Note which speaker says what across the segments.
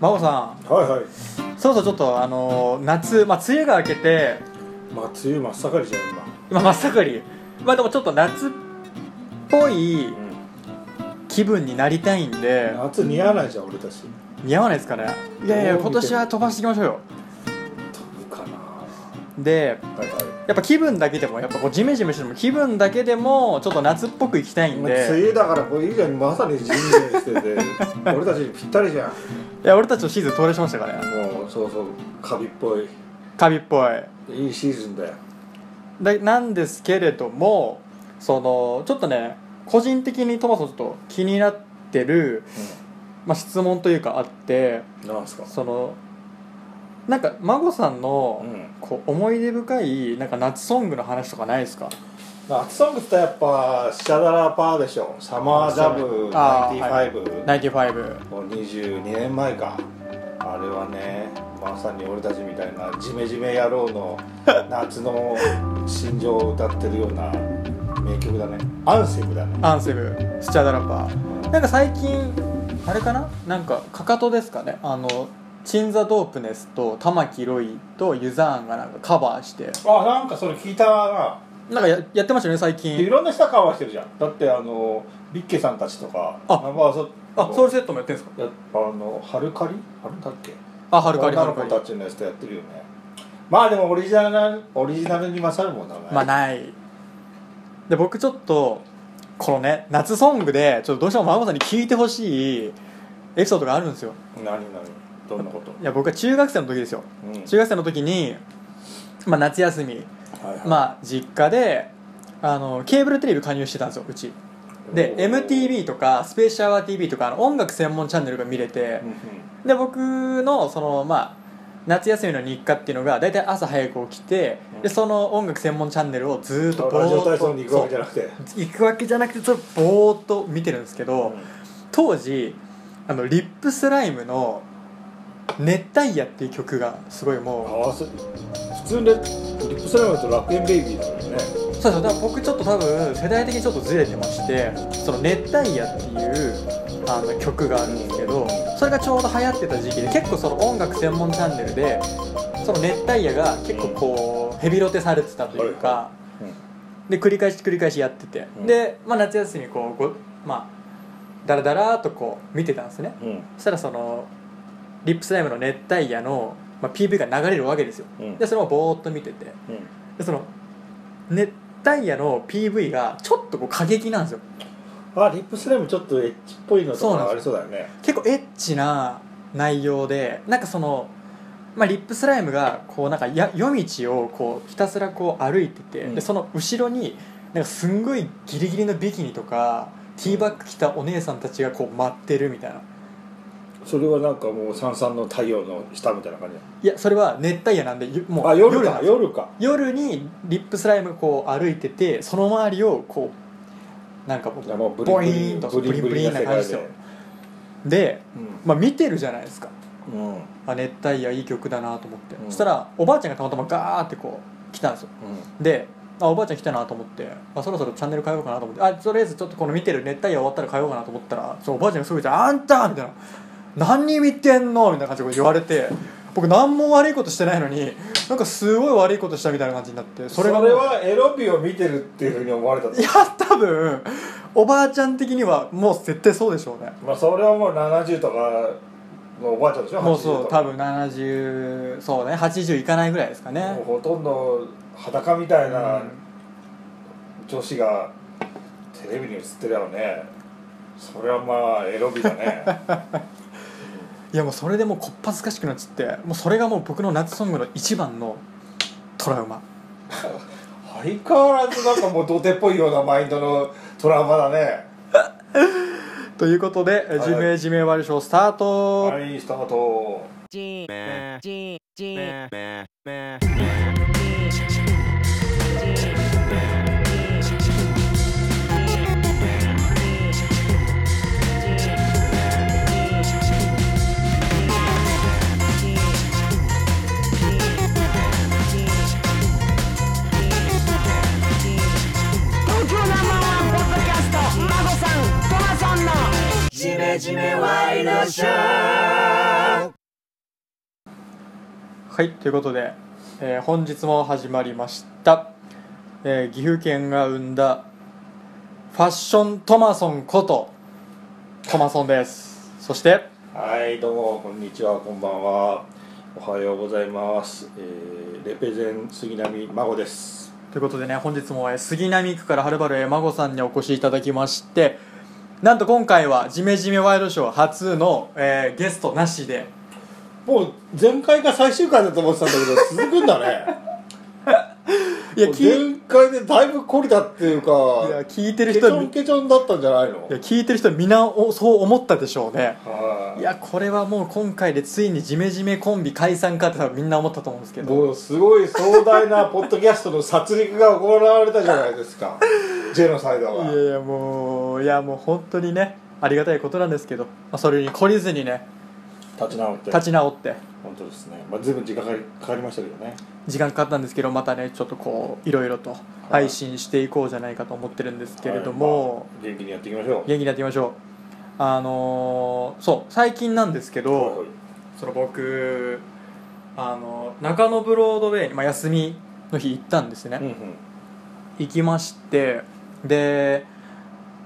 Speaker 1: 真帆さん
Speaker 2: はいはい
Speaker 1: そろそろちょっとあのー夏、まあ、梅雨が明けて、
Speaker 2: まあ梅雨真っ盛りじゃん今、
Speaker 1: まあ、真っ盛りまあでもちょっと夏っぽい気分になりたいんで
Speaker 2: 夏似合わないじゃん俺たち
Speaker 1: 似合わないですかねいやいや今年は飛ばしていきましょうよ
Speaker 2: 飛ぶかなは
Speaker 1: で
Speaker 2: いは
Speaker 1: やっぱ気分だけでもやっぱこうジメジメしても気分だけでもちょっと夏っぽくいきたい
Speaker 2: い
Speaker 1: ん
Speaker 2: もう梅
Speaker 1: で
Speaker 2: 雨だからこれいいじゃんまさに人生して て俺たちにぴったりじゃん
Speaker 1: いや俺たちのシーズン到来しましたからね
Speaker 2: もうそうそうカビっぽい
Speaker 1: カビっぽい
Speaker 2: いいシーズンだよ
Speaker 1: でなんですけれどもそのちょっとね個人的にトマスのちょっと気になってる、まあ、質問というかあって
Speaker 2: なんすか
Speaker 1: そのなんか孫さんの、
Speaker 2: うん
Speaker 1: こう思い出深いなんか夏ソングの話とかないですか
Speaker 2: 夏ソングってやっぱシャダラパーでしょサマージャブ
Speaker 1: あー
Speaker 2: 95、
Speaker 1: 95
Speaker 2: もう22年前かあれはねまさに俺たちみたいなジメジメ野郎 の夏の心情を歌ってるような名曲だねアンセムだね
Speaker 1: アンセムスチャダラパーなんか最近あれかななんかかかとですかねあのチンザ・ドープネスと玉木ロイとユザーンがなんかカバーして
Speaker 2: あなんかそれ聞いたな
Speaker 1: なんかややってましたよね最
Speaker 2: い
Speaker 1: 近
Speaker 2: ろんな人カバーしてるじゃんだってあのビッケさんたちとか
Speaker 1: あ
Speaker 2: まあそ
Speaker 1: あソウルセットもやってんですか
Speaker 2: やっぱあの春刈りあれだっけ
Speaker 1: あはるかりは
Speaker 2: 女
Speaker 1: る
Speaker 2: の
Speaker 1: か
Speaker 2: 子
Speaker 1: り
Speaker 2: たちのやつとやってるよねまあでもオリジナルオリジナルに勝るもんだね
Speaker 1: まあないで僕ちょっとこのね夏ソングでちょっとどうしても孫さんに聞いてほしいエピソードがあるんですよ
Speaker 2: 何何どんなこと、
Speaker 1: いや僕は中学生の時ですよ
Speaker 2: うん
Speaker 1: 中学生の時に、まあ、夏休み
Speaker 2: はいはい
Speaker 1: まあ実家であのケーブルテレビ加入してたんですようちで
Speaker 2: おー
Speaker 1: MTV とかスペーシャワー TV とかあの音楽専門チャンネルが見れて
Speaker 2: うんうん
Speaker 1: で僕のそのまあ夏休みの日課っていうのが大体朝早く起きて
Speaker 2: うん
Speaker 1: でその音楽専門チャンネルをずーっと
Speaker 2: ラジオ
Speaker 1: ー
Speaker 2: 体
Speaker 1: っと
Speaker 2: 操に行くわけじゃなくて
Speaker 1: そう行くわけじゃなくてちょっとぼーっと見てるんですけど、当時あのリップスライムの「熱帯夜」っていう曲がすごいもう
Speaker 2: 合わせ普通にリップスライムだと楽園ベイビーだからね
Speaker 1: そうですよだから僕ちょっと多分世代的にちょっとずれてましてその「熱帯夜」っていうあの曲があるんですけどそれがちょうど流行ってた時期で結構その音楽専門チャンネルでその「熱帯夜」が結構こうヘビロテされてたというか、
Speaker 2: は
Speaker 1: で繰り返し繰り返しやってて、
Speaker 2: うん
Speaker 1: で、まあ、夏休みこうごまあダラダラーっとこう見てたんですね
Speaker 2: うん
Speaker 1: そしたらそのリップスライムの「熱帯夜の」まあ、PV が流れるわけですよ
Speaker 2: うん
Speaker 1: でそれをぼーっと見てて
Speaker 2: うん
Speaker 1: でその熱帯夜の PV がちょっとこう過激なんですよ
Speaker 2: あリップスライムちょっとエッチっぽいのと
Speaker 1: そうなん
Speaker 2: か
Speaker 1: です
Speaker 2: ありそうだよね
Speaker 1: 結構エッチな内容でなんかその、まあ、リップスライムがこうなんかや夜道をこうひたすらこう歩いてて、
Speaker 2: うん
Speaker 1: でその後ろになんかすんごいギリギリのビキニとかティーバッグ着たお姉さんたちがこう待ってるみたいな
Speaker 2: それはなんかもう三々の太陽の下みたいな感じ
Speaker 1: いやそれは熱帯夜なんでゆもう
Speaker 2: あ夜
Speaker 1: なん
Speaker 2: か
Speaker 1: ですよ
Speaker 2: 夜か
Speaker 1: 夜にリップスライムがこう歩いててその周りをこうなんかこ
Speaker 2: いやもう
Speaker 1: う
Speaker 2: ブ
Speaker 1: ボイ
Speaker 2: リ
Speaker 1: ー
Speaker 2: ン
Speaker 1: ンと
Speaker 2: ブ
Speaker 1: ブ
Speaker 2: リ
Speaker 1: リ
Speaker 2: ン
Speaker 1: ンブ
Speaker 2: ブ
Speaker 1: リ
Speaker 2: リ
Speaker 1: ン
Speaker 2: ン
Speaker 1: な
Speaker 2: な
Speaker 1: 感じです
Speaker 2: 世界
Speaker 1: よ
Speaker 2: で
Speaker 1: で、
Speaker 2: う
Speaker 1: まあ、見てるじゃないですか
Speaker 2: んうん
Speaker 1: あ熱帯夜いい曲だなと思って、
Speaker 2: うん
Speaker 1: そしたらおばあちゃんがたまたまガーってこう来たんですよであおばあちゃん来たなと思ってあそろそろチャンネル変えようかなと思ってあとりあえずちょっとこの見てる熱帯夜終わったら変えようかなと思ったらそのおばあちゃんがすぐじゃあんた!」みたいな「何見てんの?」みたいな感じで言われて僕何も悪いことしてないのになんかすごい悪いことしたみたいな感じになって
Speaker 2: それ
Speaker 1: がもう
Speaker 2: はエロビを見てるっていうふうに思われたと
Speaker 1: いや多分おばあちゃん的にはもう絶対そうでしょうね
Speaker 2: まあそれはもう70とかのおばあちゃんでしょ
Speaker 1: もうそ
Speaker 2: 80
Speaker 1: う
Speaker 2: とか
Speaker 1: 多分70そうね80いかないぐらいですかね
Speaker 2: もうほとんど裸みたいな
Speaker 1: うん
Speaker 2: 女子がテレビに映ってるやろねそれはまあエロビだね
Speaker 1: いやもうそれでもうこっぱずかしくなっちゃってもうそれがもう僕の夏ソングの一番のトラウマ
Speaker 2: 相変わらずなんかもう童貞っぽいようなマインドのトラウマだね
Speaker 1: ということで「
Speaker 2: い
Speaker 1: ジメジメワルショー」スタート、
Speaker 2: はいスタート
Speaker 3: G man, G G man, man, man. Jimmy Jimmy Wine Show
Speaker 1: はいということで、えー本日も始まりました、えー岐阜県が生んだファッショントマソンことトマソンですそして
Speaker 2: はいどうもこんにちはこんばんはおはようございます、えーレペゼン杉並孫です
Speaker 1: ということでね本日もえー杉並区からはるばるえー孫さんにお越しいただきましてなんと今回は「ジメジメワイドショー」初の、えーゲストなしで
Speaker 2: もう前回が最終回だと思ってたんだけど続くんだ ね
Speaker 1: いや
Speaker 2: もう
Speaker 1: 聞い
Speaker 2: 前回でだいぶ懲りたっていうか
Speaker 1: いや聞いてる
Speaker 2: ケチョ
Speaker 1: 人
Speaker 2: ン
Speaker 1: い
Speaker 2: ケチョンだったんじゃないの
Speaker 1: や聞いてる人みんなおそう思ったでしょうね
Speaker 2: はい
Speaker 1: いやこれはもう今回でついにジメジメコンビ解散かって多分みんな思ったと思うんですけど
Speaker 2: もうすごい壮大なポッドキャストの殺戮が行われたじゃないで すかジェノサイド
Speaker 1: いや
Speaker 2: が
Speaker 1: いやもういやもう本当にねありがたいことなんですけど、まあ、それに懲りずにね
Speaker 2: 立ち直って
Speaker 1: 立ち直って
Speaker 2: 本当ですね、まあ、随分時間かかりかかりましたけどね
Speaker 1: 時間かかったんですけどまたねちょっとこういろいろと配信していこうじゃないかと思ってるんですけれども、
Speaker 2: はいまあ元気にやっていきましょう
Speaker 1: 元気にやってみましょうあのーそう最近なんですけど、その僕あの中野ブロードウェイに、まあ、休みの日行ったんですね、
Speaker 2: うんうん
Speaker 1: 行きましてで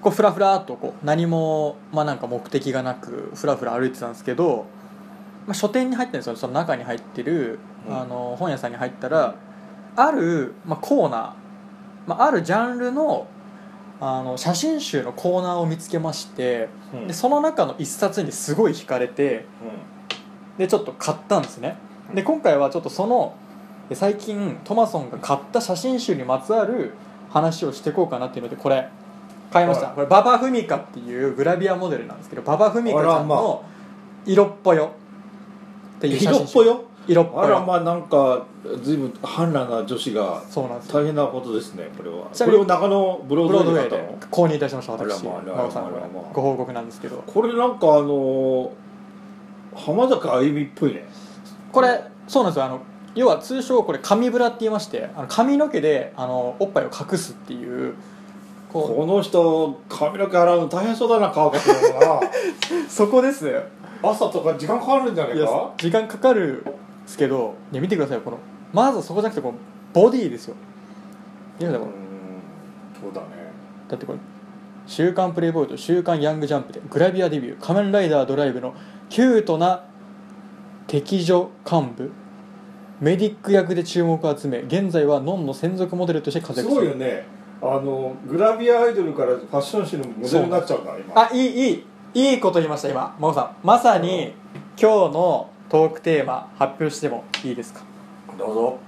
Speaker 1: こうふらふらっとこう何も、まあ、なんか目的がなくふらふら歩いてたんですけど、まあ、書店に入ってるんですよその中に入ってる、
Speaker 2: うん
Speaker 1: あの本屋さんに入ったらある、まあ、コーナー、まあ、あるジャンルのあの写真集のコーナーを見つけまして
Speaker 2: うん
Speaker 1: でその中の一冊にすごい惹かれてでちょっと買ったんですねで今回はちょっとそのえ最近トマソンが買った写真集にまつわる話をしていこうかなっていうのでこれ買いました
Speaker 2: はい
Speaker 1: これ馬場フミカっていうグラビアモデルなんですけど馬場フミカちゃんの「色っぽよ」って
Speaker 2: うん
Speaker 1: いう写
Speaker 2: 色
Speaker 1: 真
Speaker 2: っ
Speaker 1: 集
Speaker 2: ぽよ
Speaker 1: 色っぽ
Speaker 2: あら
Speaker 1: よ
Speaker 2: まあなんか随分半裸な女子が
Speaker 1: そうなんですよ
Speaker 2: 大変なことですねこれは
Speaker 1: ちな
Speaker 2: こ
Speaker 1: み
Speaker 2: れ
Speaker 1: に
Speaker 2: を中野ブロー
Speaker 1: ブロード
Speaker 2: ドウ
Speaker 1: ウ
Speaker 2: ェイだ
Speaker 1: ェイ
Speaker 2: った
Speaker 1: で
Speaker 2: の
Speaker 1: 購入いたしました私
Speaker 2: あらまああらまあ
Speaker 1: 孫さんこれ
Speaker 2: あらまあ
Speaker 1: ご報告なんですけど
Speaker 2: これなんかあの浜崎あゆみっぽいね
Speaker 1: これそうなんですよあの要は通称これ髪ブラって言いましてあの髪の毛であのおっぱいを隠すっていうこう
Speaker 2: この人髪の毛洗うの大変そうだな乾かすのが
Speaker 1: そこです
Speaker 2: 朝とか時間かかるんじゃない
Speaker 1: いや
Speaker 2: か
Speaker 1: 時間かかるんですけど、ね、見てくださいよこのまずそこじゃなくてこのボディですよ見てくだ
Speaker 2: う
Speaker 1: さい
Speaker 2: ーん
Speaker 1: こ
Speaker 2: そうだね
Speaker 1: のだってこれ「週刊プレイボーイ」と「週刊ヤングジャンプ」でグラビアデビュー「仮面ライダードライブ」のキュートな敵女幹部メディック役で注目を集め現在はノンの専属モデルとして活躍
Speaker 2: す
Speaker 1: 中
Speaker 2: ごいよねあのグラビアアイドルからファッション誌のモデルになっちゃうんだ今
Speaker 1: あいいいいいいこと言いました今真帆さんまさに今日のトークテーマ発表してもいいですか
Speaker 2: どうぞ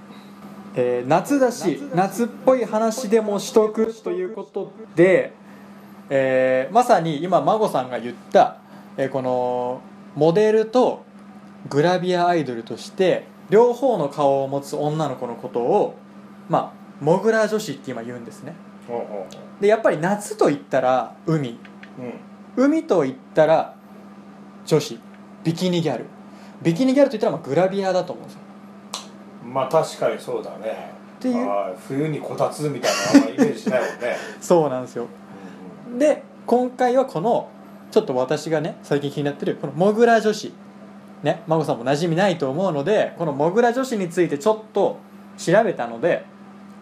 Speaker 1: えー夏だし夏っぽい話でもしとくということで、えーまさに今孫さんが言った、えーこのモデルとグラビアアイドルとして両方の顔を持つ女の子のことをまあモグラ女子って今言うんですね
Speaker 2: うんうんうん
Speaker 1: でやっぱり夏と言ったら海
Speaker 2: うん
Speaker 1: 海と言ったら女子ビキニギャルビキニギャルと言ったらまあグラビアだと思うんですよ
Speaker 2: まあ確かにそうだね
Speaker 1: っていう
Speaker 2: はい冬にこたつみたいなのあんまりイメージしないもんね
Speaker 1: そうなんですよで今回はこのちょっと私がね最近気になってるこのモグラ女子ね孫さんも馴染みないと思うのでこのモグラ女子についてちょっと調べたので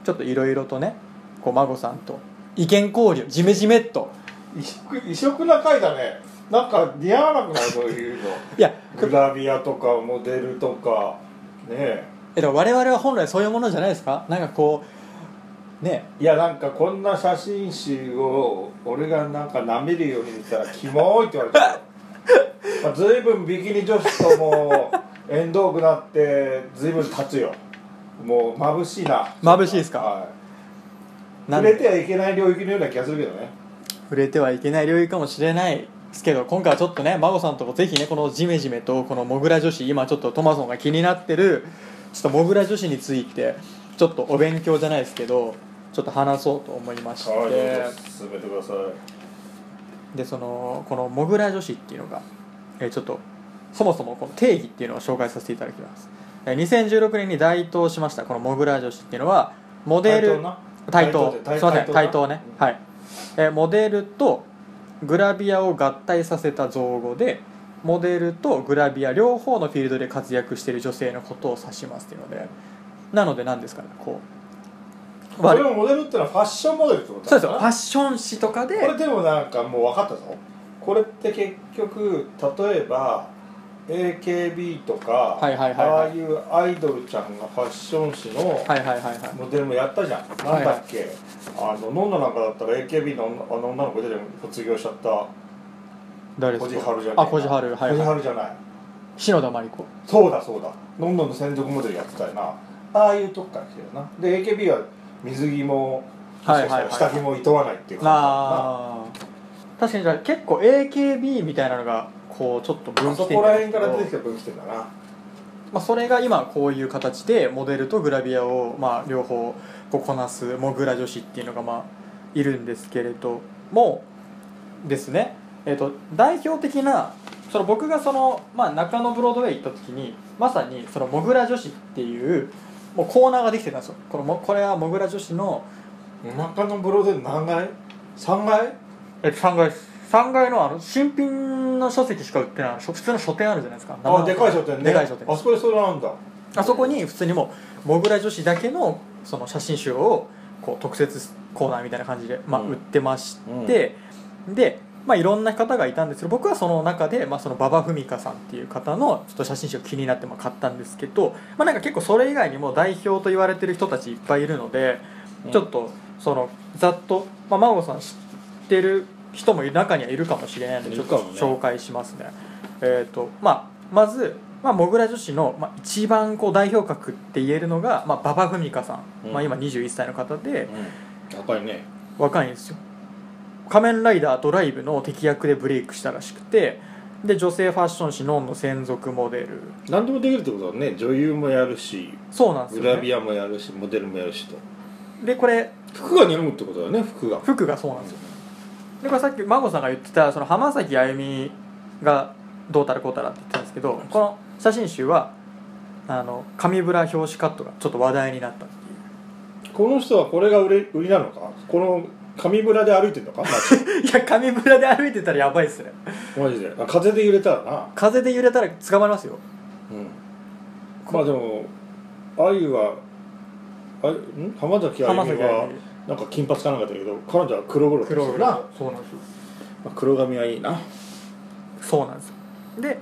Speaker 1: ちょっといろいろとねこう孫さんと意見交流ジメジメっと
Speaker 2: うん異色異色な回だねなんか似合わなくないそういうの
Speaker 1: いや
Speaker 2: グラビアとかモデルとかねえ
Speaker 1: えでも我々は本来そういうものじゃないですかなんかこうね
Speaker 2: いやなんかこんな写真集を俺がなんか舐めるように言ったらキモいって言わ れたよまあ随分ビキニ女子とも遠遠くなって随分経つよもう眩しいな
Speaker 1: 眩しいですか
Speaker 2: は、
Speaker 1: ないん
Speaker 2: 触
Speaker 1: で
Speaker 2: れてはいけない領域のような気がするけどね
Speaker 1: 触れてはいけない領域かもしれないですけど今回はちょっとね孫さんともぜひねこのジメジメとこのモグラ女子今ちょっとトマソンが気になってるちょっとモグラ女子についてちょっとお勉強じゃないですけどちょっと話そうと思いまして、
Speaker 2: 進めてください
Speaker 1: でそのこのモグラ女子っていうのが、えーちょっとそもそもこの定義っていうのを紹介させていただきますえー2016年に台頭しましたこのモグラ女子っていうのはモデル対等すいません対等ね、はいえーモデルとグラビアを合体させた造語でモデルとグラビア両方のフィールドで活躍している女性のことを指しますっていうのでなので何ですかねこう
Speaker 2: こ
Speaker 1: わ
Speaker 2: れもモデルってのはファッションモデルってこと
Speaker 1: そうで
Speaker 2: だ
Speaker 1: すよファッション誌とかで
Speaker 2: これでもなんかもう分かったぞこれって結局例えば AKB とか、
Speaker 1: はいはいはいはい
Speaker 2: ああいうアイドルちゃんがファッション誌の
Speaker 1: はいはいはいはい
Speaker 2: モデルもやったじゃん、
Speaker 1: い
Speaker 2: なんだっけあのノンノなんかだったら AKB の女あの女の子出てる卒業しちゃった
Speaker 1: 誰
Speaker 2: 小
Speaker 1: です
Speaker 2: 路
Speaker 1: か
Speaker 2: 春じゃない
Speaker 1: あ小路春はい、
Speaker 2: 小路
Speaker 1: はい、
Speaker 2: 春じゃない
Speaker 1: 篠田麻里子
Speaker 2: そうだそうだどんどんの専属モデルやってたよなああいうとこから来てるなで AKB は水着も
Speaker 1: はいはいはい
Speaker 2: もしかしたら下着もいとわないっていう感
Speaker 1: あー確かにじゃあ結構 AKB みたいなのがこうちょっと
Speaker 2: じだな
Speaker 1: 分
Speaker 2: あそ
Speaker 1: 岐点
Speaker 2: こら辺から出てきた分岐点だな
Speaker 1: まあ、それが今こういう形でモデルとグラビアをまあ両方こうこなすモグラ女子っていうのがまあいるんですけれどもですね、えっと代表的なその僕がその、まあ、中野ブロードウェイ行った時にまさにそのモグラ女子っていうもうコーナーができてたんですよこのもこれはモグラ女子の
Speaker 2: 中野ブロードウェイ何階 ?3 階
Speaker 1: え3階3階のあの新品の書籍しか売ってない普通の書店あるじゃないですか
Speaker 2: あでかい書店ね
Speaker 1: でかい書店
Speaker 2: あそこでそれなんだ
Speaker 1: あそこに普通にもうモグラ女子だけのその写真集をこう特設コーナーみたいな感じで、まあ、
Speaker 2: うん
Speaker 1: 売ってまして、で、まあ、いろんな方がいたんですけど僕はその中で、まあ、その馬場文香さんっていう方のちょっと写真集気になってまあ買ったんですけど、まあ、なんか結構それ以外にも代表と言われてる人たちいっぱいいるので、
Speaker 2: うん
Speaker 1: ちょっとそのざっと、まあ、孫さん知ってる人も中にはいるかもしれないのでちょっと
Speaker 2: いるかもね
Speaker 1: 紹介しますね。えーとまあ、まず、まあ、モグラ女子の、まあ、一番こう代表格って言えるのが、まあ、馬場文香さん、
Speaker 2: うん
Speaker 1: まあ、今21歳の方で
Speaker 2: やっぱりね
Speaker 1: 若いんですよ「仮面ライダードライブ」の敵役でブレイクしたらしくてで女性ファッション誌「ノンの専属モデル
Speaker 2: 何でもできるってことだね女優もやるし
Speaker 1: そうなんです
Speaker 2: グ
Speaker 1: よ、
Speaker 2: ラ
Speaker 1: ね、
Speaker 2: ビアもやるしモデルもやるしと
Speaker 1: でこれ
Speaker 2: 服が似合うってことだよね服が
Speaker 1: 服がそうなんですよでこれさっき真子さんが言ってたその浜崎あゆみがどうたらこうたらって言ってたんですけどこの写真集はあの紙ブラ表紙カットがちょっと話題になったっていう
Speaker 2: この人はこれが売れ売りなのかこの上村で歩いて んのか街
Speaker 1: いや上村で歩いてたらやばいっすね
Speaker 2: マジであ風で揺れたらな、
Speaker 1: 風で揺れたら捕まりますよ
Speaker 2: うん、まあでもあゆはあゆん浜崎あゆみ
Speaker 1: 浜崎あゆ
Speaker 2: は
Speaker 1: み
Speaker 2: なんか金髪かなんかだけど彼女は黒々ですよ
Speaker 1: 黒
Speaker 2: な、
Speaker 1: が
Speaker 2: ま
Speaker 1: そうなんですよ
Speaker 2: あ、黒髪はいいな
Speaker 1: そうなんですよで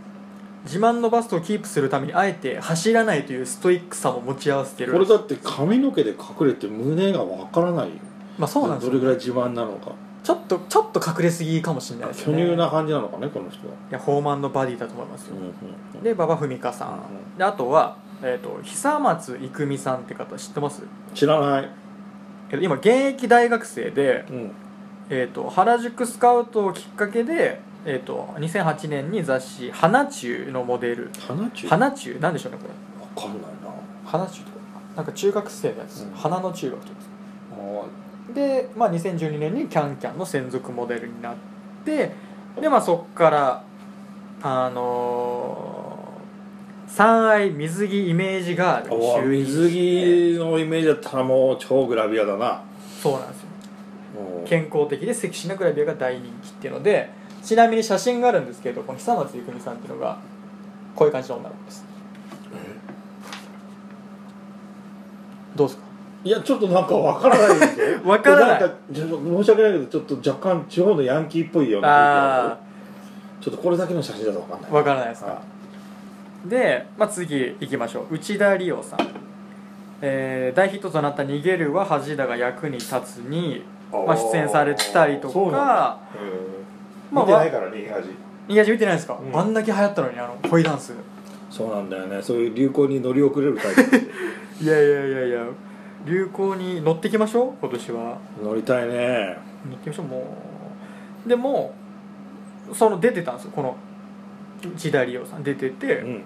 Speaker 1: 自慢のバストをキープするためにあえて走らないというストイックさも持ち合わせてる
Speaker 2: これだって髪の毛で隠れて胸がわからないよ
Speaker 1: まあそうなんです
Speaker 2: ど
Speaker 1: よ
Speaker 2: れぐらい自慢なのか
Speaker 1: ちょっとちょっと隠れすぎかもしれないです
Speaker 2: 巨
Speaker 1: ね
Speaker 2: 乳な感じなのかねこの人は、
Speaker 1: いやホーマンのバディだと思いますよ、
Speaker 2: うんうんうん
Speaker 1: で馬場文香さん、
Speaker 2: うん
Speaker 1: であとは、えー、と久松郁美さんって方知ってます
Speaker 2: 知らない、
Speaker 1: えっと今現役大学生で、
Speaker 2: うん、
Speaker 1: えー、と原宿スカウトをきっかけで、えー、と2008年に雑誌「花中」のモデル
Speaker 2: 花中
Speaker 1: 花中なんでしょうねこれ
Speaker 2: わかんないな
Speaker 1: 花中とかなんか中学生のやつ、
Speaker 2: うん
Speaker 1: 花の中学とかで、まあ、2012年にキャンキャンの専属モデルになってで、まあ、そこからあのー、三愛水着イメージガールに
Speaker 2: お
Speaker 1: 就任
Speaker 2: 水
Speaker 1: して
Speaker 2: 着のイメージだったらもう超グラビアだな
Speaker 1: そうなんですよ
Speaker 2: おー
Speaker 1: 健康的でセクシーなグラビアが大人気っていうのでちなみに写真があるんですけどこの久松郁美さんっていうのがこういう感じの女の子ですどうですか
Speaker 2: いやちょっとなんかわからないんで
Speaker 1: わからない
Speaker 2: んかちょっと申し訳ないけどちょっと若干地方のヤンキーっぽいよう
Speaker 1: あ
Speaker 2: なちょっとこれだけの写真だとわかんない
Speaker 1: あわからないですか
Speaker 2: あ
Speaker 1: で、まあ、次行きましょう内田理央さん、えー大ヒットとなった「逃げるは恥だが役に立つに」まあ、
Speaker 2: ー
Speaker 1: 出演されてたりと
Speaker 2: そうなん
Speaker 1: か
Speaker 2: だへー
Speaker 1: まあ
Speaker 2: 見てないからね味
Speaker 1: 逃げ味見てないですか、
Speaker 2: うん
Speaker 1: あんだけ流行ったのにあの恋ダンス
Speaker 2: そうなんだよねそういう流行に乗り遅れるタイ プ
Speaker 1: いやいやいやいや流行に乗ってきましょう今年は
Speaker 2: 乗りたいね
Speaker 1: 乗ってきましょうもうでもその出てたんですよこの内田理央さん出てて、
Speaker 2: うん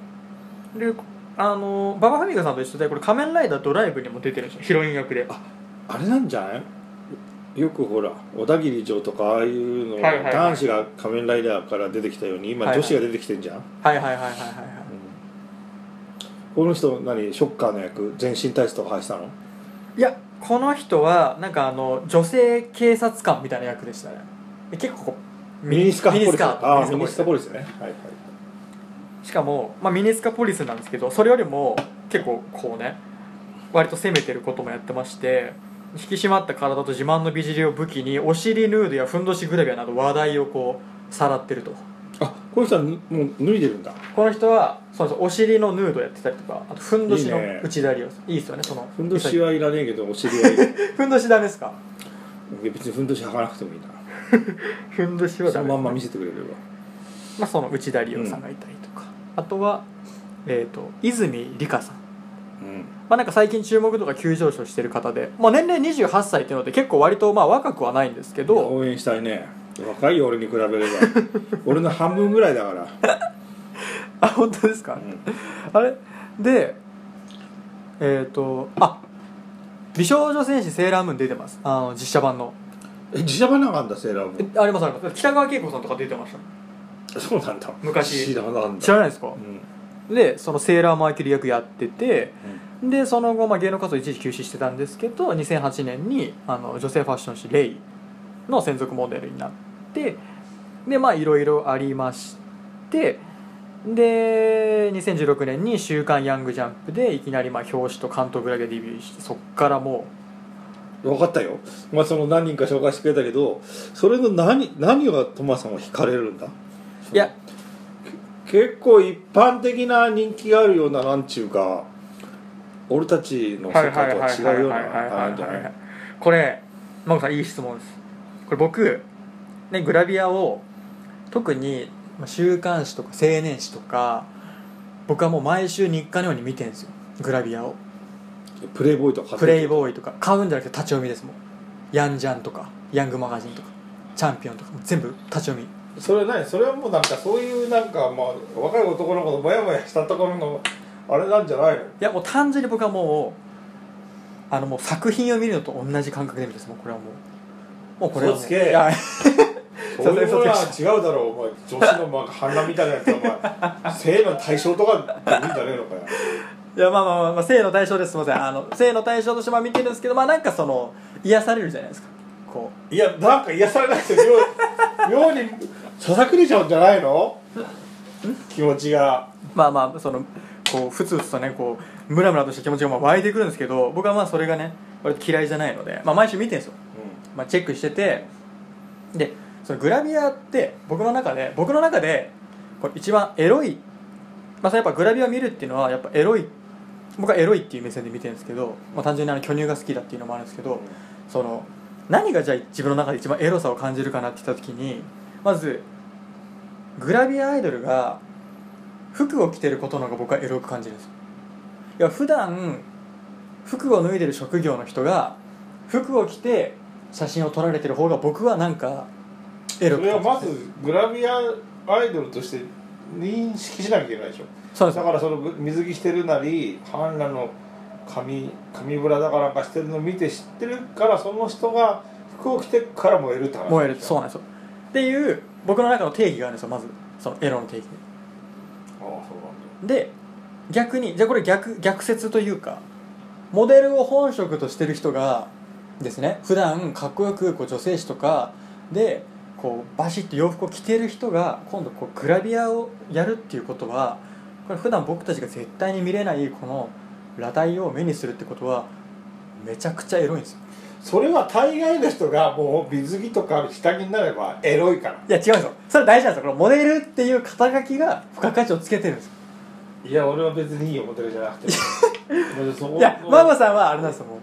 Speaker 1: であの馬場フミカさんと一緒でこれ「仮面ライダードライブ」にも出てるんですよヒロイン役で
Speaker 2: あれなんじゃないよくほら小田切城とかああいうの、
Speaker 1: はいはいはい
Speaker 2: 男子が仮面ライダーから出てきたように今
Speaker 1: はいはい
Speaker 2: 女子が出てきてんじゃん、
Speaker 1: はいはいはいはいはいはい
Speaker 2: うんこの人何ショッカーの役全身体質とか配したの
Speaker 1: いやこの人はなんかあの女性警察官みたいな役でしたねで結構こう
Speaker 2: ミニスカ
Speaker 1: ミニスカ
Speaker 2: ああミ
Speaker 1: ミニ
Speaker 2: ニ
Speaker 1: ス
Speaker 2: ス
Speaker 1: カ
Speaker 2: カ
Speaker 1: ポ
Speaker 2: ポ
Speaker 1: リ
Speaker 2: リスねはいはい
Speaker 1: しかも、まあ、ミニスカポリスなんですけどそれよりも結構こうね割と攻めてることもやってまして引き締まった体と自慢の美尻を武器にお尻ヌードやふんどしグラビアなど話題をこうさらってると
Speaker 2: あこの人はぬもう脱いでるんだ
Speaker 1: この人はそうですお尻のヌードやってたりとかあとふんどしの
Speaker 2: いいね
Speaker 1: 内だりをいい,、ですよねその
Speaker 2: ふんどしはいらねえけどお尻はいいい
Speaker 1: ふんどしダメですか
Speaker 2: や別にふんどし履かなくてもいいな
Speaker 1: ふんどしは
Speaker 2: そ
Speaker 1: ダ
Speaker 2: の
Speaker 1: メ
Speaker 2: まんま見せてくれれば
Speaker 1: まあ、その内田理央さんがいたりとか、あとは、えー、と泉理香さん、ま
Speaker 2: うん
Speaker 1: あ、なんか最近注目度が急上昇してる方で、まあ、年齢28歳っていうので結構割とまあ若くはないんですけど
Speaker 2: 応援したいね若いよ俺に比べれば俺の半分ぐらいだから、
Speaker 1: あ本当ですか、
Speaker 2: うん
Speaker 1: あれでえっ、とあ美少女戦士セーラームーン出てますあの実写版の
Speaker 2: え自社版なんかあんだセーラー
Speaker 1: え
Speaker 2: ム
Speaker 1: ありますあります北川景子さんとか出てました
Speaker 2: そうなんだ
Speaker 1: 昔
Speaker 2: 知らなかった
Speaker 1: 知らないですか
Speaker 2: う、ん
Speaker 1: でそのセーラーマーキュリー役やっててでその後、まあ、芸能活動を一時休止してたんですけど2008年にあの女性ファッション誌「レイの専属モデルになってでまあいろいろありましてで2016年に「週刊ヤングジャンプ」でいきなりまあ表紙と関東グラビアデビューしてそっからも
Speaker 2: 分かったよ、まあ、その何人か紹介してくれたけどそれの何何がトマさんは惹かれるんだ
Speaker 1: ういや
Speaker 2: 結構一般的な人気があるようななんちゅうか俺たちの世界とは違うようなあれじゃない
Speaker 1: これマコさんいい質問ですこれ僕、ね、グラビアを特にまあ週刊誌とか青年誌とか僕はもう毎週日課のように見てるんですよグラビアを
Speaker 2: プレイボーイとか
Speaker 1: プレイ
Speaker 2: ーイ
Speaker 1: ボーイとか買うんじゃなくて立ち読みですもんヤンジャンとかヤングマガジンとかチャンピオンとか全部立ち読み
Speaker 2: それは何それはもうなんかそういうなんか、まあ、若い男の子のモヤモヤしたところのあれなんじゃないの
Speaker 1: いやもう単純に僕はもうあのもう作品を見るのと同じ感覚で見てますもうこれはもうもうこれはもう
Speaker 2: 嘘つけ
Speaker 1: いや
Speaker 2: そういうものは違うだろうお前女子のまあ反乱みたいなやつお前性の対象とかでいいんじゃねえのかよ
Speaker 1: いやまあまあまあ、まあ、性の対象ですすみませんあの性の対象としてまあ見てるんですけどまあなんかその癒されるじゃないですかこ
Speaker 2: いやなんか癒されなくて妙妙にささくれちゃうんじゃないの気持ちが
Speaker 1: うまあまあそのこうふつふつとねこうムラムラとした気持ちがまあ湧いてくるんですけど僕はまあそれがね割と嫌いじゃないので、まあ、毎週見てるんですよ、まあ、チェックしててでそのグラビアって僕の中で僕の中でこれ一番エロい、まあ、それやっぱグラビアを見るっていうのはやっぱエロい僕はエロいっていう目線で見てるんですけど、まあ、単純にあの巨乳が好きだっていうのもあるんですけど、その何がじゃあ自分の中で一番エロさを感じるかなって言った時にまずグラビアアイドルが服を着てることの方が僕はエロく感じるんですよいや普段服を脱いでる職業の人が服を着て写真を撮られてる方が僕はなんかエロ
Speaker 2: そ
Speaker 1: く
Speaker 2: れはま
Speaker 1: 感じ
Speaker 2: ず
Speaker 1: る
Speaker 2: グラビアアイドルとして認識しなきゃいけないでしょ
Speaker 1: そう
Speaker 2: だ
Speaker 1: です
Speaker 2: からその水着してるなり半裸の髪髪ぶらだからかしてるのを見て知ってるからその人が服を着てから燃えるって話
Speaker 1: 燃えるそうなんですよっていう僕の中の定義があるんですよまずそのエロの定義
Speaker 2: ああそうなんだ
Speaker 1: で逆にじゃあこれ逆逆説というかモデルを本職としてる人がですね普段かっこよくこう女性誌とかでこうバシッと洋服を着てる人が今度こうグラビアをやるっていうことはこれ普段僕たちが絶対に見れないこの裸体を目にするってことはめちゃくちゃエロいんですよ
Speaker 2: それは大概の人がもう水着とか下着になればエロいから
Speaker 1: いや違うんですよそれ大事なんですよこのモデルっていう肩書きが付加価値をつけてるんですよ
Speaker 2: いや俺は別 にいいよモデルじゃなくて
Speaker 1: いやママ
Speaker 2: ん
Speaker 1: さんはあれなんですよもう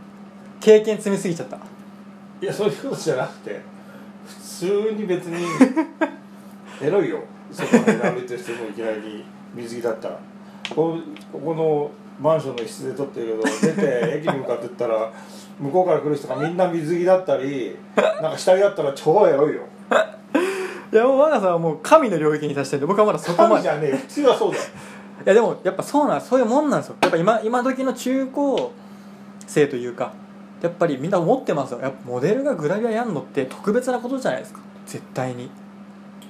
Speaker 1: 経験積みすぎちゃった
Speaker 2: いやそういうことじゃなくて普通に別に エロいよそこまでラビとしてもいきなり水着だったらこここのマンションの一室で撮ってるけど出て駅に向かってったら向こうから来る人がみんな水着だったりなんか下着だったら超エロいよ
Speaker 1: いやもう我がさんはもう神の領域に達してるんで僕はまだそこまで
Speaker 2: 神じ
Speaker 1: い
Speaker 2: ゃねえよ普通はそうだよ
Speaker 1: やでもやっぱそうなんそういうもんなんですよやっぱ今今時の中高生というかやっぱりみんな思ってますよやっぱモデルがグラビアやんのって特別なことじゃないですか絶対に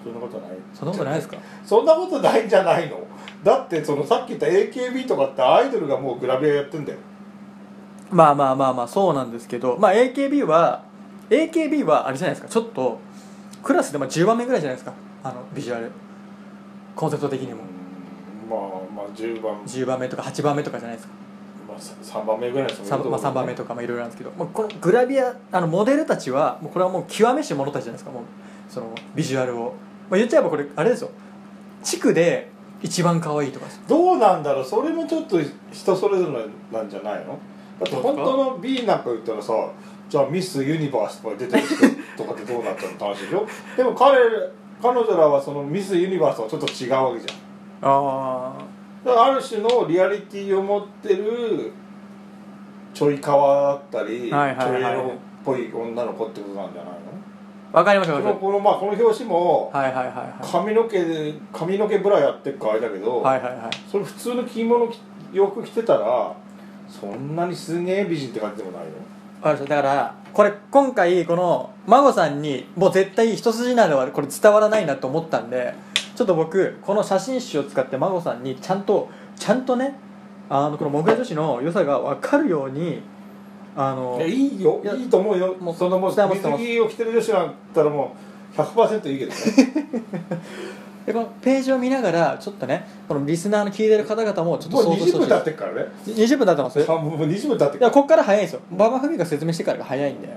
Speaker 2: そんなことない
Speaker 1: そんなことないですか
Speaker 2: そんなことないんじゃないのだってそのさっき言った AKB とかってアイドルがもうグラビアやってんだよ
Speaker 1: まあまあまあまあそうなんですけどまあ AKB は AKB はあれじゃないですかちょっとクラスでまあ10番目ぐらいじゃないですかあのビジュアルコンセプト的にも
Speaker 2: まあまあ10番、
Speaker 1: 10番目とか8番目とかじゃないですか
Speaker 2: まあ、3番目ぐらいですね
Speaker 1: 三まあ、3番目とかまあいろいろなんですけど、まあ、このグラビアあのモデルたちはもうこれはもう極めし者たちじゃないですかもうそのビジュアルを、まあ、言っちゃえばこれあれですよ地区で一番可愛いとかです
Speaker 2: どうなんだろうそれもちょっと人それぞれなんじゃないのだって本当の B なんか言ったらさじゃあミス・ユニバースとか出てる人とかってどうなったのって話でしょでも彼彼女らはそのミス・ユニバースとはちょっと違うわけじゃん
Speaker 1: あ
Speaker 2: だからある種のリアリティを持ってるちょい川だったり、
Speaker 1: はいはいはい
Speaker 2: ちょい色っぽい女の子ってことなんじゃない
Speaker 1: あわかりました
Speaker 2: の
Speaker 1: わ
Speaker 2: で
Speaker 1: かり
Speaker 2: も
Speaker 1: まし
Speaker 2: この,、まあ、この表紙も
Speaker 1: たはいはいはいは
Speaker 2: 髪の毛で髪の毛ブラやってるからあれだけど、
Speaker 1: いはいはいはい
Speaker 2: それ普通の着物着洋服着てたらそんなにすげえ美人って感じでもないよ
Speaker 1: わかりましただからこれ今回この孫さんにもう絶対一筋縄ではこれ伝わらないなと思ったんでちょっと僕この写真集を使って孫さんにちゃんとちゃんとねあのこのもぐら女子の良さが分かるようにあの
Speaker 2: いやいいよ
Speaker 1: いや
Speaker 2: いいと思うよ
Speaker 1: もう
Speaker 2: そんなもん
Speaker 1: 伝わ
Speaker 2: 水
Speaker 1: ってます
Speaker 2: 着を着てる女子なんたらもう100%いいけど ね
Speaker 1: でこのページを見ながらちょっとねこのリスナーの聞いてる方々もちょっ
Speaker 2: も
Speaker 1: と
Speaker 2: う
Speaker 1: 想像してほ
Speaker 2: 20分
Speaker 1: しいで
Speaker 2: 経っ
Speaker 1: す
Speaker 2: てっからね
Speaker 1: 20分経ってます
Speaker 2: あもう20分経ってっ
Speaker 1: いやここから早いんですよ馬場フミカ説明してからが早いんで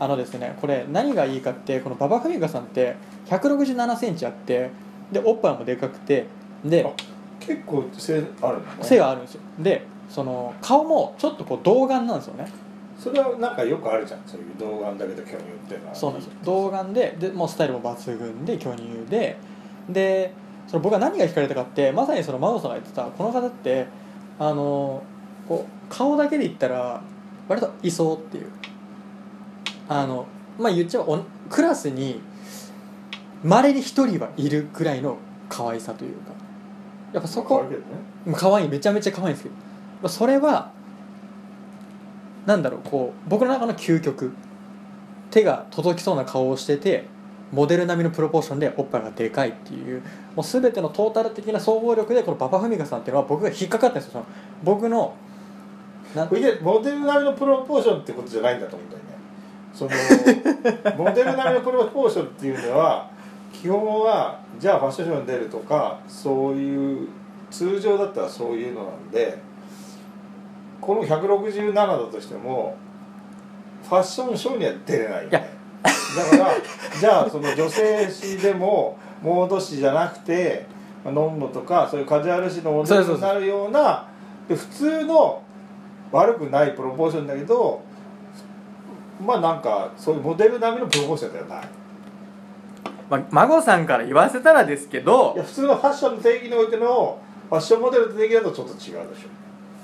Speaker 1: あのですねこれ何がいいかってこの馬場フミカさんって1 6 7センチあってでおっぱいもでかくてで
Speaker 2: あ結構せあるのね
Speaker 1: 背があるんですよでその顔もちょっとこう童顔なんですよね
Speaker 2: それはなんかよくあるじゃんそういう動画だけど興味をっていうのは
Speaker 1: そうなんですよ童顔ででもうスタイルも抜群で巨乳ででその僕は何が惹かれたかってまさにその真央さんが言ってたこの方ってあのこう顔だけで言ったら割といそうっていうあのまあ言っちゃえばおクラスにまれに一人はいるくらいの可愛さというかやっぱそ
Speaker 2: ま
Speaker 1: こ
Speaker 2: あ変わるけどね
Speaker 1: 可愛いめちゃめちゃ可愛いんですけどまあそれはなんだろうこう僕の中の究極手が届きそうな顔をしててモデル並みのプロポーションでおっぱいがでかいっていうもう全てのトータル的な総合力でこの馬場フミカさんっていうのは僕が引っかかってるんですよその僕のな
Speaker 2: これでモデル並みのプロポーションってことじゃないんだと思うんだよねそのモデル並みのプロポーションっていうのは基本はじゃあファッションショーに出るとかそういう通常だったらそういうのなんでこの167だとしてもファッションショーには出れないよ
Speaker 1: いや
Speaker 2: ねだからじゃあその女性誌でもモード誌じゃなくてノンノとかそういうカジュアル誌のモデルになるようなで普通の悪くないプロポーションだけどまあなんかそういうモデル並みのプロポーションではない
Speaker 1: ま、孫さんから言わせたらですけ
Speaker 2: いや
Speaker 1: ど
Speaker 2: 普通のファッションの定義においてのファッションモデルの定義だとちょっと違うでしょ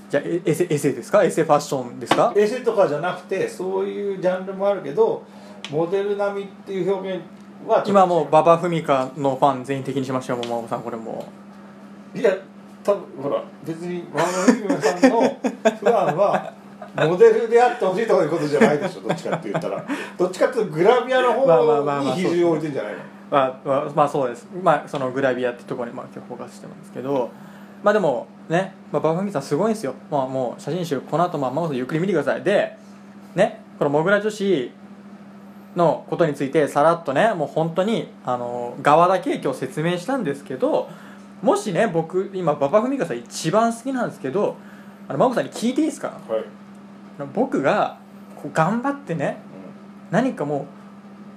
Speaker 1: じゃあエエセエセですかエセファッションですか
Speaker 2: 衛星とかじゃなくてそういうジャンルもあるけどモデル並みっていう表現はちょっと違
Speaker 1: 今もう馬場フミカのファン全員的にしましたよもう孫さんこれもう。
Speaker 2: いや多分ほら別にワンワンミムさんのプランはモデルであってほしいとかいうことじゃないでしょどっちかって言っ たらどっちかっていうとグラビアの
Speaker 1: まあまあまあ
Speaker 2: 方
Speaker 1: まあ
Speaker 2: に比重を置いてんじゃないの
Speaker 1: まあ、まあ、まあそうですまあそのグラビアってところにまあ今日フォーカスしてますけどまあでもね、まあ、バフミさんすごいんですよ、まあ、もう写真集この後まあ真帆さんゆっくり見てくださいでねこのモグラ女子のことについてさらっとねもう本当にあの側だけ今日説明したんですけどもしね僕今馬場フミカさん一番好きなんですけどあの真帆さんに聞いていいですか
Speaker 2: はい、
Speaker 1: 僕がこう頑張ってね何かもう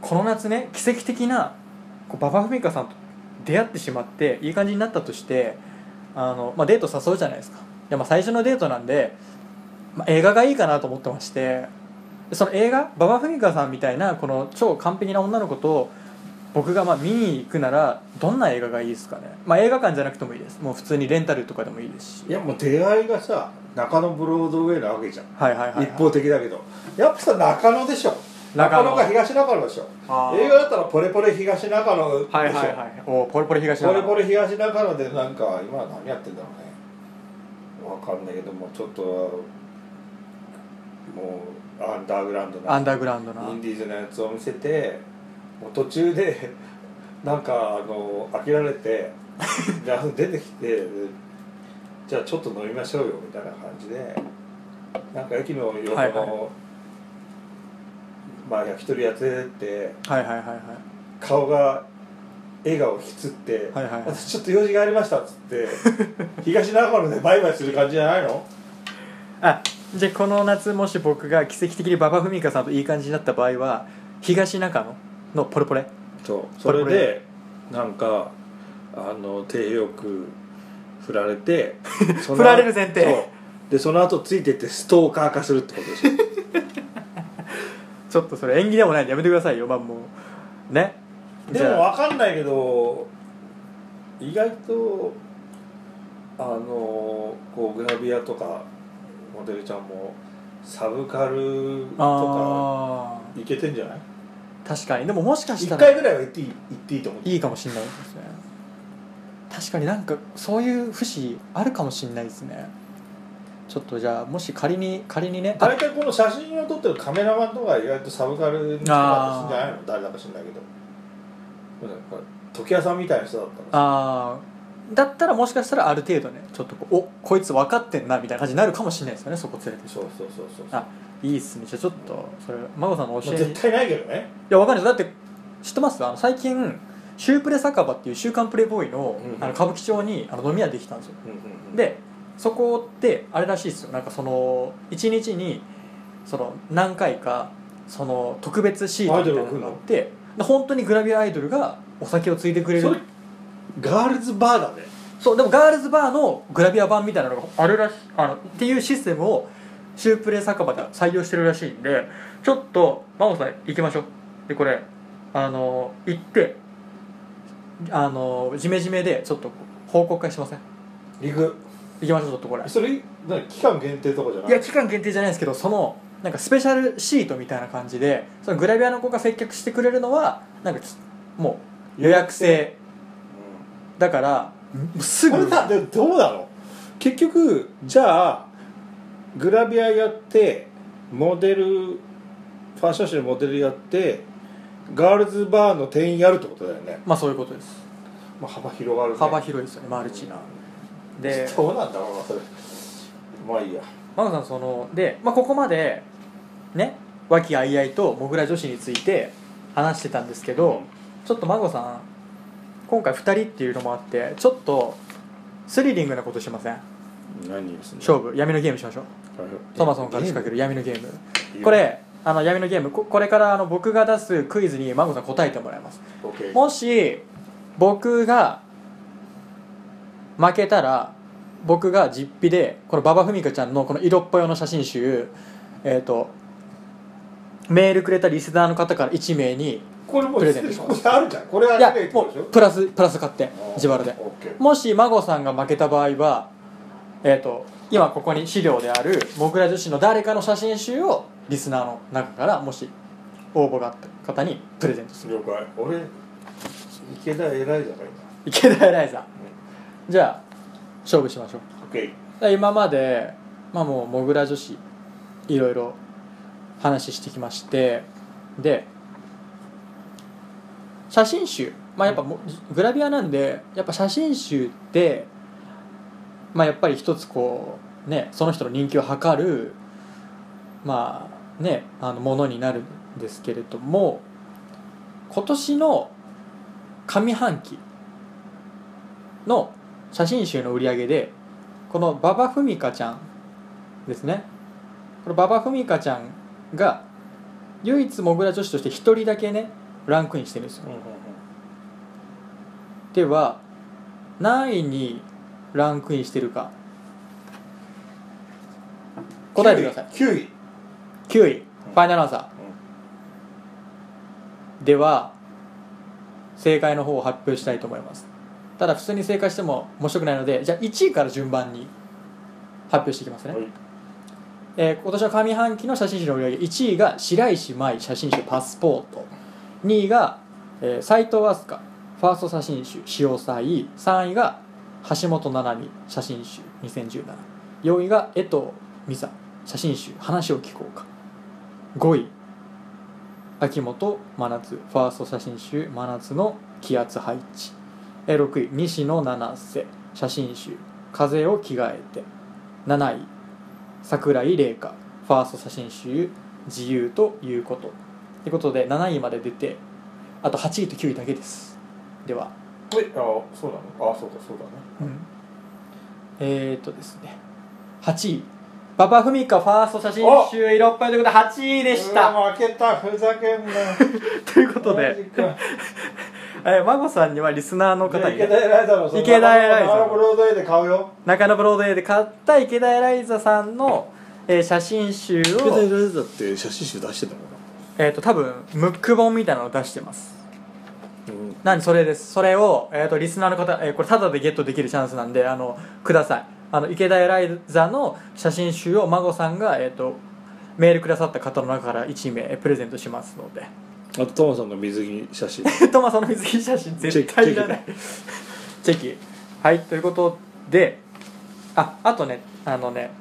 Speaker 1: この夏ね奇跡的なこう馬場フミカさんと出会ってしまっていい感じになったとしてあの、まあ、デート誘うじゃないですかいやまあ最初のデートなんで、まあ、映画がいいかなと思ってましてでその映画馬場フミカさんみたいなこの超完璧な女の子と僕がまあ見に行くならどんな映画がいいですかね、まあ、映画館じゃなくてもいいですもう普通にレンタルとかでもいいですし
Speaker 2: いやもう出会いがさ中野ブロードウェイなわけじゃん
Speaker 1: はいはいはい、はい、
Speaker 2: 一方的だけどやっぱさ中野でしょ
Speaker 1: 中
Speaker 2: 中
Speaker 1: 野
Speaker 2: 野が東中野でしょ
Speaker 1: あー
Speaker 2: 映画だったらポレポレ東中野でしょ、
Speaker 1: はいはいはいおポルポル東
Speaker 2: ポ
Speaker 1: 中
Speaker 2: レ
Speaker 1: 野
Speaker 2: ポレ東中野でなんか今何やってんだろうねわかんないけどもちょっともうアンダーグラウンド
Speaker 1: ア
Speaker 2: な
Speaker 1: ンダーグラウンドな
Speaker 2: インディーズのやつを見せてもう途中で なんかあの飽きられて じゃあ出てきてじゃあちょっと飲みましょうよみたいな感じでなんか駅の横の、
Speaker 1: はいは
Speaker 2: まあ焼き鳥やってって
Speaker 1: はいはいはいはい
Speaker 2: 顔が笑顔を引きつって
Speaker 1: はいはい
Speaker 2: 私ちょっと用事がありました」っつって 東長野でバイバイする感じじゃないの
Speaker 1: あじゃあこの夏もし僕が奇跡的に馬場ミカさんといい感じになった場合は東中野のポレポレ
Speaker 2: そうそ
Speaker 1: これ
Speaker 2: れでなんかあの手よく振ら れてその
Speaker 1: 振られる前提
Speaker 2: そうでその後ついてってストーカー化するってことでしょ
Speaker 1: ちょっとそれ縁起でもないんでやめてくださいよまあもうね
Speaker 2: でも分かんないけど意外とあのこうグラビアとかモデルちゃんもサブカルとか
Speaker 1: ああ
Speaker 2: いけてんじゃない
Speaker 1: 確かにでももしかし
Speaker 2: 一
Speaker 1: たら
Speaker 2: 回ぐらいは言っていい言っていいと思う
Speaker 1: いいかもしれないですね確かになんかそういう節あるかもしれないですねちょっとじゃあもし仮に仮にね
Speaker 2: 大体この写真を撮ってるカメラマンとか意外とサブカルの人なんじゃないの誰だか知んないけどこれ時矢さんみたいな人だったの
Speaker 1: あーだったらもしかしたらある程度ねちょっとこうおこいつ分かってんなみたいな感じになるかもしれないですよねそこ連れて
Speaker 2: そうそうそうそう
Speaker 1: あいいっすねじゃあちょっとそれ孫さんの
Speaker 2: ま
Speaker 1: 教
Speaker 2: あ
Speaker 1: えにい
Speaker 2: 絶対ないけどね
Speaker 1: やわかんないですだって知ってますあの最近シュープレ酒場っていう「週刊プレイボーイの」
Speaker 2: うん
Speaker 1: あの歌舞伎町にあの飲み屋できたんですよ
Speaker 2: で
Speaker 1: でそこってあれらしいですよなんかその1日にその何回かその特別シートみたいなのがあってで本当にグラビアアイドルがお酒をついてくれ
Speaker 2: そ
Speaker 1: る
Speaker 2: れガールズバーだね
Speaker 1: そうでもガールズバーのグラビア版みたいなのがあるらしあのっていうシステムをシュープレイ酒場で採用してるらしいんでちょっと真帆さん行きましょうでこれあの行ってあのジメジメでちょっと報告会しません
Speaker 2: 陸
Speaker 1: 行きましょうちょっとこれ
Speaker 2: それ何期間限定とかじゃない
Speaker 1: いや期間限定じゃないですけどそのなんかスペシャルシートみたいな感じでそのグラビアの子が接客してくれるのはなんかきもう予約制
Speaker 2: う
Speaker 1: だからもうす
Speaker 2: んこれ
Speaker 1: ぐ
Speaker 2: だでもどうなの結局じゃあグラビアやってモデルファッション誌のモデルやってガールズバーの店員やるってことだよね
Speaker 1: まあそういうことです
Speaker 2: まあ、幅広がる、ね、
Speaker 1: 幅広いですよねマルチなで
Speaker 2: どうなんだろうなそれまあいいや
Speaker 1: マグさんそので、まあ、ここまでね和気あいあいとモグラ女子について話してたんですけど、ちょっとマゴさん今回2人っていうのもあってちょっとスリリングなことしません
Speaker 2: 何ですね
Speaker 1: 勝負闇のゲームしましょうトマソンから仕掛ける闇のゲームこれあの闇のゲームここれからあの僕が出すクイズにマゴさん答えてもらいます
Speaker 2: OK
Speaker 1: もし僕が負けたら僕が実費でこの馬場ミカちゃんのこの色っぽい用の写真集えっ、とメールくれたリスナーの方から1名に
Speaker 2: これもう
Speaker 1: プレ
Speaker 2: す
Speaker 1: ゼ
Speaker 2: で
Speaker 1: ント
Speaker 2: に
Speaker 1: します
Speaker 2: ここにあるじゃんこれあ
Speaker 1: いや
Speaker 2: れって
Speaker 1: も
Speaker 2: ことでし
Speaker 1: う
Speaker 2: ょ
Speaker 1: プラスプラス買って
Speaker 2: あー
Speaker 1: 自腹で
Speaker 2: OK
Speaker 1: もし孫さんが負けた場合はえっ、と今ここに資料であるモグラ女子の誰かの写真集をリスナーの中からもし応募があった方にプレゼントする
Speaker 2: 了解俺池田偉いじゃないか
Speaker 1: 池田エライザじゃあ勝負しましょう
Speaker 2: OK
Speaker 1: だから今まで、まあ、もうモグラ女子いろいろ話してきましてで写真集、まあ、やっぱもグラビアなんでやっぱ写真集って、まあ、やっぱり一つこうねその人の人気を測るまあねあのものになるんですけれども今年の上半期の写真集の売り上げでこの馬場ふみかちゃんですねこの馬場ふみかちゃんが唯一モグラ女子として一人だけねランクインしてるんですよでは何位にランクインしてるか答えてください
Speaker 2: 9位
Speaker 1: 9位ファイナルアンサーでは正解の方を発表したいと思いますただ普通に正解しても面白くないのでじゃあ1位から順番に発表していきますね、
Speaker 2: はい
Speaker 1: えー今年の上半期の写真集の売り上げ1位が白石麻衣写真集「パスポート」2位がえー斉藤飛鳥ファースト写真集「潮騒」3位が橋本七海写真集20174位が江藤美沙写真集「話を聞こうか」5位秋元真夏ファースト写真集「真夏の気圧配置」えー6位西野七瀬写真集「風を着替えて」7位桜井玲香ファースト写真集「自由ということ」ということで7位まで出てあと8位と9位だけですでは、
Speaker 2: えあそうなのあそうかそうだね
Speaker 1: うんえー、っとですね8位パパフミカファースト写真集色っぽいということで8位でし
Speaker 2: う
Speaker 1: た
Speaker 2: わ負けたふざけんな
Speaker 1: ということ
Speaker 2: マジ
Speaker 1: で、
Speaker 2: か
Speaker 1: えー、孫さんにはリスナーの方に
Speaker 2: 池田エライザの
Speaker 1: 池田エライザ
Speaker 2: あのブロードウェイで買うよ
Speaker 1: 中野ブロードウェイで買った池田エライザさんの、えー写真集を、
Speaker 2: ライザって写真集出してたもん
Speaker 1: えー、と多分ムック本みたいなのを出してます
Speaker 2: うん
Speaker 1: 何それですそれを、えー、とリスナーの方、えーこれタダでゲットできるチャンスなんであのくださいあの池田エライザの写真集を孫さんが、えー、とメールくださった方の中から1名えープレゼントしますので
Speaker 2: あとトマさんの水着写真
Speaker 1: トマさんの水着写真絶対いらないチェキはいということでああとねあのね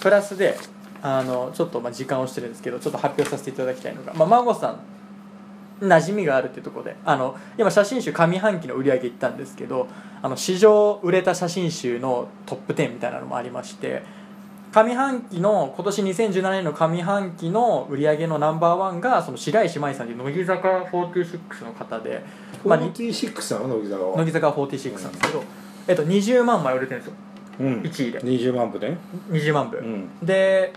Speaker 1: プラスであのちょっとまあ時間をしてるんですけどちょっと発表させていただきたいのが、まあ、孫さん馴染みがあるっていうところであの今写真集上半期の売り上げいったんですけどあの史上売れた写真集のトップ10みたいなのもありまして上半期の今年2017年の上半期の売り上げのナンバーワンがその白石麻衣さんという乃木坂46の方で、まあ、に
Speaker 2: 46なの乃木坂
Speaker 1: 乃
Speaker 2: は
Speaker 1: 木坂46なんですけど、えっと、20万枚売れてるんですよ
Speaker 2: うん
Speaker 1: 1位で
Speaker 2: 20万部ね
Speaker 1: 20万部、
Speaker 2: うん
Speaker 1: で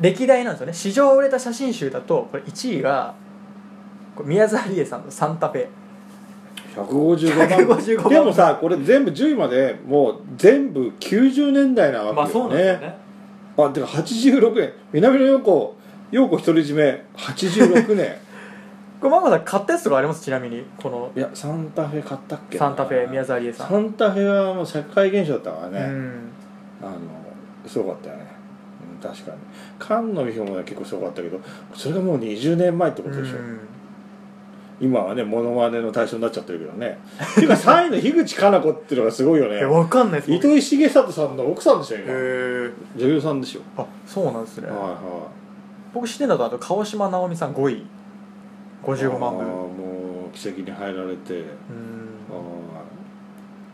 Speaker 1: 歴代なんですよね史上売れた写真集だとこれ1位がこれ宮沢りえさんの「サンタフェ
Speaker 2: 155万部
Speaker 1: 155万部
Speaker 2: でもさこれ全部10位までもう全部90年代な」
Speaker 1: ま
Speaker 2: わ
Speaker 1: あ
Speaker 2: け
Speaker 1: そう
Speaker 2: よ
Speaker 1: なんですよ
Speaker 2: ね
Speaker 1: ね
Speaker 2: あてか86年南の陽子陽子独り占め86年
Speaker 1: これママさん買ったやつとかありますちなみにこの
Speaker 2: いやサンタフェ買ったっけな
Speaker 1: サンタフェ宮沢りえさん
Speaker 2: サンタフェはもう社会現象だったから
Speaker 1: う
Speaker 2: ね、
Speaker 1: ん
Speaker 2: あのすごかったよね、うん、確かに菅野美穂も結構すごかったけどそれがもう20年前ってことでしょ、
Speaker 1: うん
Speaker 2: 今はねモノマネの対象になっちゃってるけどねっていうか3位の樋口かな子っていうのがすごいよ
Speaker 1: え
Speaker 2: ね
Speaker 1: 分かん ないです
Speaker 2: 糸井重里さんの奥さんでしょ
Speaker 1: へ
Speaker 2: 今
Speaker 1: ー
Speaker 2: 女優さんでしょ
Speaker 1: あそうなんですね、
Speaker 2: はいはい
Speaker 1: 僕知ってんだとあと川島直美さん5位55万
Speaker 2: あー
Speaker 1: 部
Speaker 2: もう奇跡に入られて
Speaker 1: うん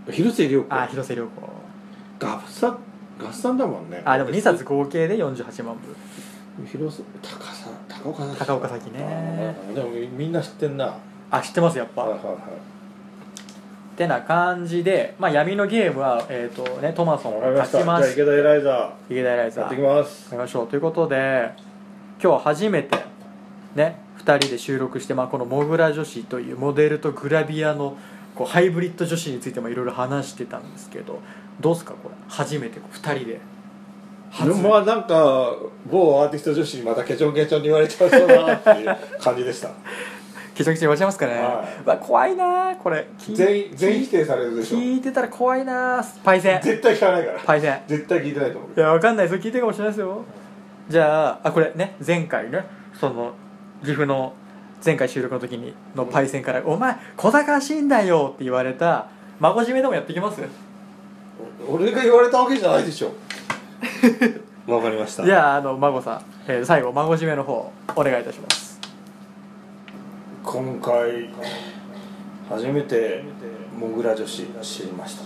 Speaker 2: あー広瀬涼子
Speaker 1: あ
Speaker 2: ガ
Speaker 1: 広瀬涼子
Speaker 2: ッサ合算だもんね
Speaker 1: あでも2冊合計で48万部
Speaker 2: 広瀬高さ高岡さ
Speaker 1: 高岡早紀ね
Speaker 2: あーでもみんな知ってんなは
Speaker 1: あ知ってますやっ
Speaker 2: い
Speaker 1: ぱ、
Speaker 2: はい
Speaker 1: っ
Speaker 2: はい
Speaker 1: てな感じで、まあ、闇のゲームは、えーとね、トマソン
Speaker 2: わ
Speaker 1: を
Speaker 2: かりました
Speaker 1: 勝ち
Speaker 2: じゃ
Speaker 1: ま
Speaker 2: あ
Speaker 1: し
Speaker 2: 池田エライザ
Speaker 1: 池田エライ
Speaker 2: ー
Speaker 1: ザ
Speaker 2: やってき
Speaker 1: ー
Speaker 2: ます
Speaker 1: やりましょうということで今日は初めてね2人で収録して、まあ、このモグラ女子というモデルとグラビアのこうハイブリッド女子についてもいろいろ話してたんですけどどうですかこれ初めてこう2人で初
Speaker 2: でもまあなんか某アーティスト女子にまたケチョンケチョンに言われちゃうそうだなっていう感じでした
Speaker 1: ケチョンケチョン言われちゃいますかね、
Speaker 2: は
Speaker 1: うわ怖いなあこれ聞い
Speaker 2: 全員全員否定されるでしょ
Speaker 1: 聞いてたら怖いなあパイセン
Speaker 2: 絶対聞かないから
Speaker 1: パイセン
Speaker 2: 絶対聞いてないと思う
Speaker 1: いやわかんないそれ聞いてるかもしれないですよじゃああこれね前回ねその岐阜の前回収録の時にのパイセンから「お前小賢しいんだよ」って言われた孫締めでもやってきます
Speaker 2: 俺が言われたわけじゃないで しょわかりました
Speaker 1: じゃああの孫さん、えー最後孫締めの方お願いいたします
Speaker 2: 今回初めてモグラ女子知りました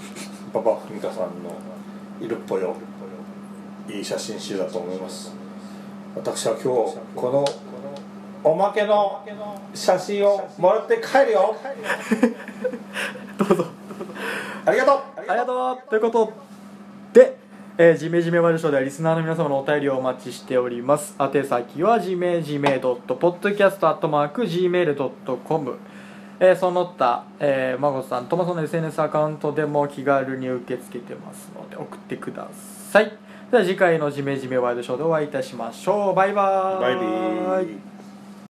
Speaker 2: パパふみかさんの色っぽいよいい写真集だと思います私は今日このおまけの写真をもらって帰るよ
Speaker 1: どうぞ
Speaker 2: ありがとう
Speaker 1: ありがとうということで、えー、ジメジメワイドショーではリスナーの皆様のお便りをお待ちしております宛先はジメジメ .podcast.gmail.com えー、その他、えー、孫さん、トマソンの SNS アカウントでも気軽に受け付けてますので送ってください。では次回のジメジメワイドショーでお会いいたしましょう。バイバーイ。
Speaker 2: バイビー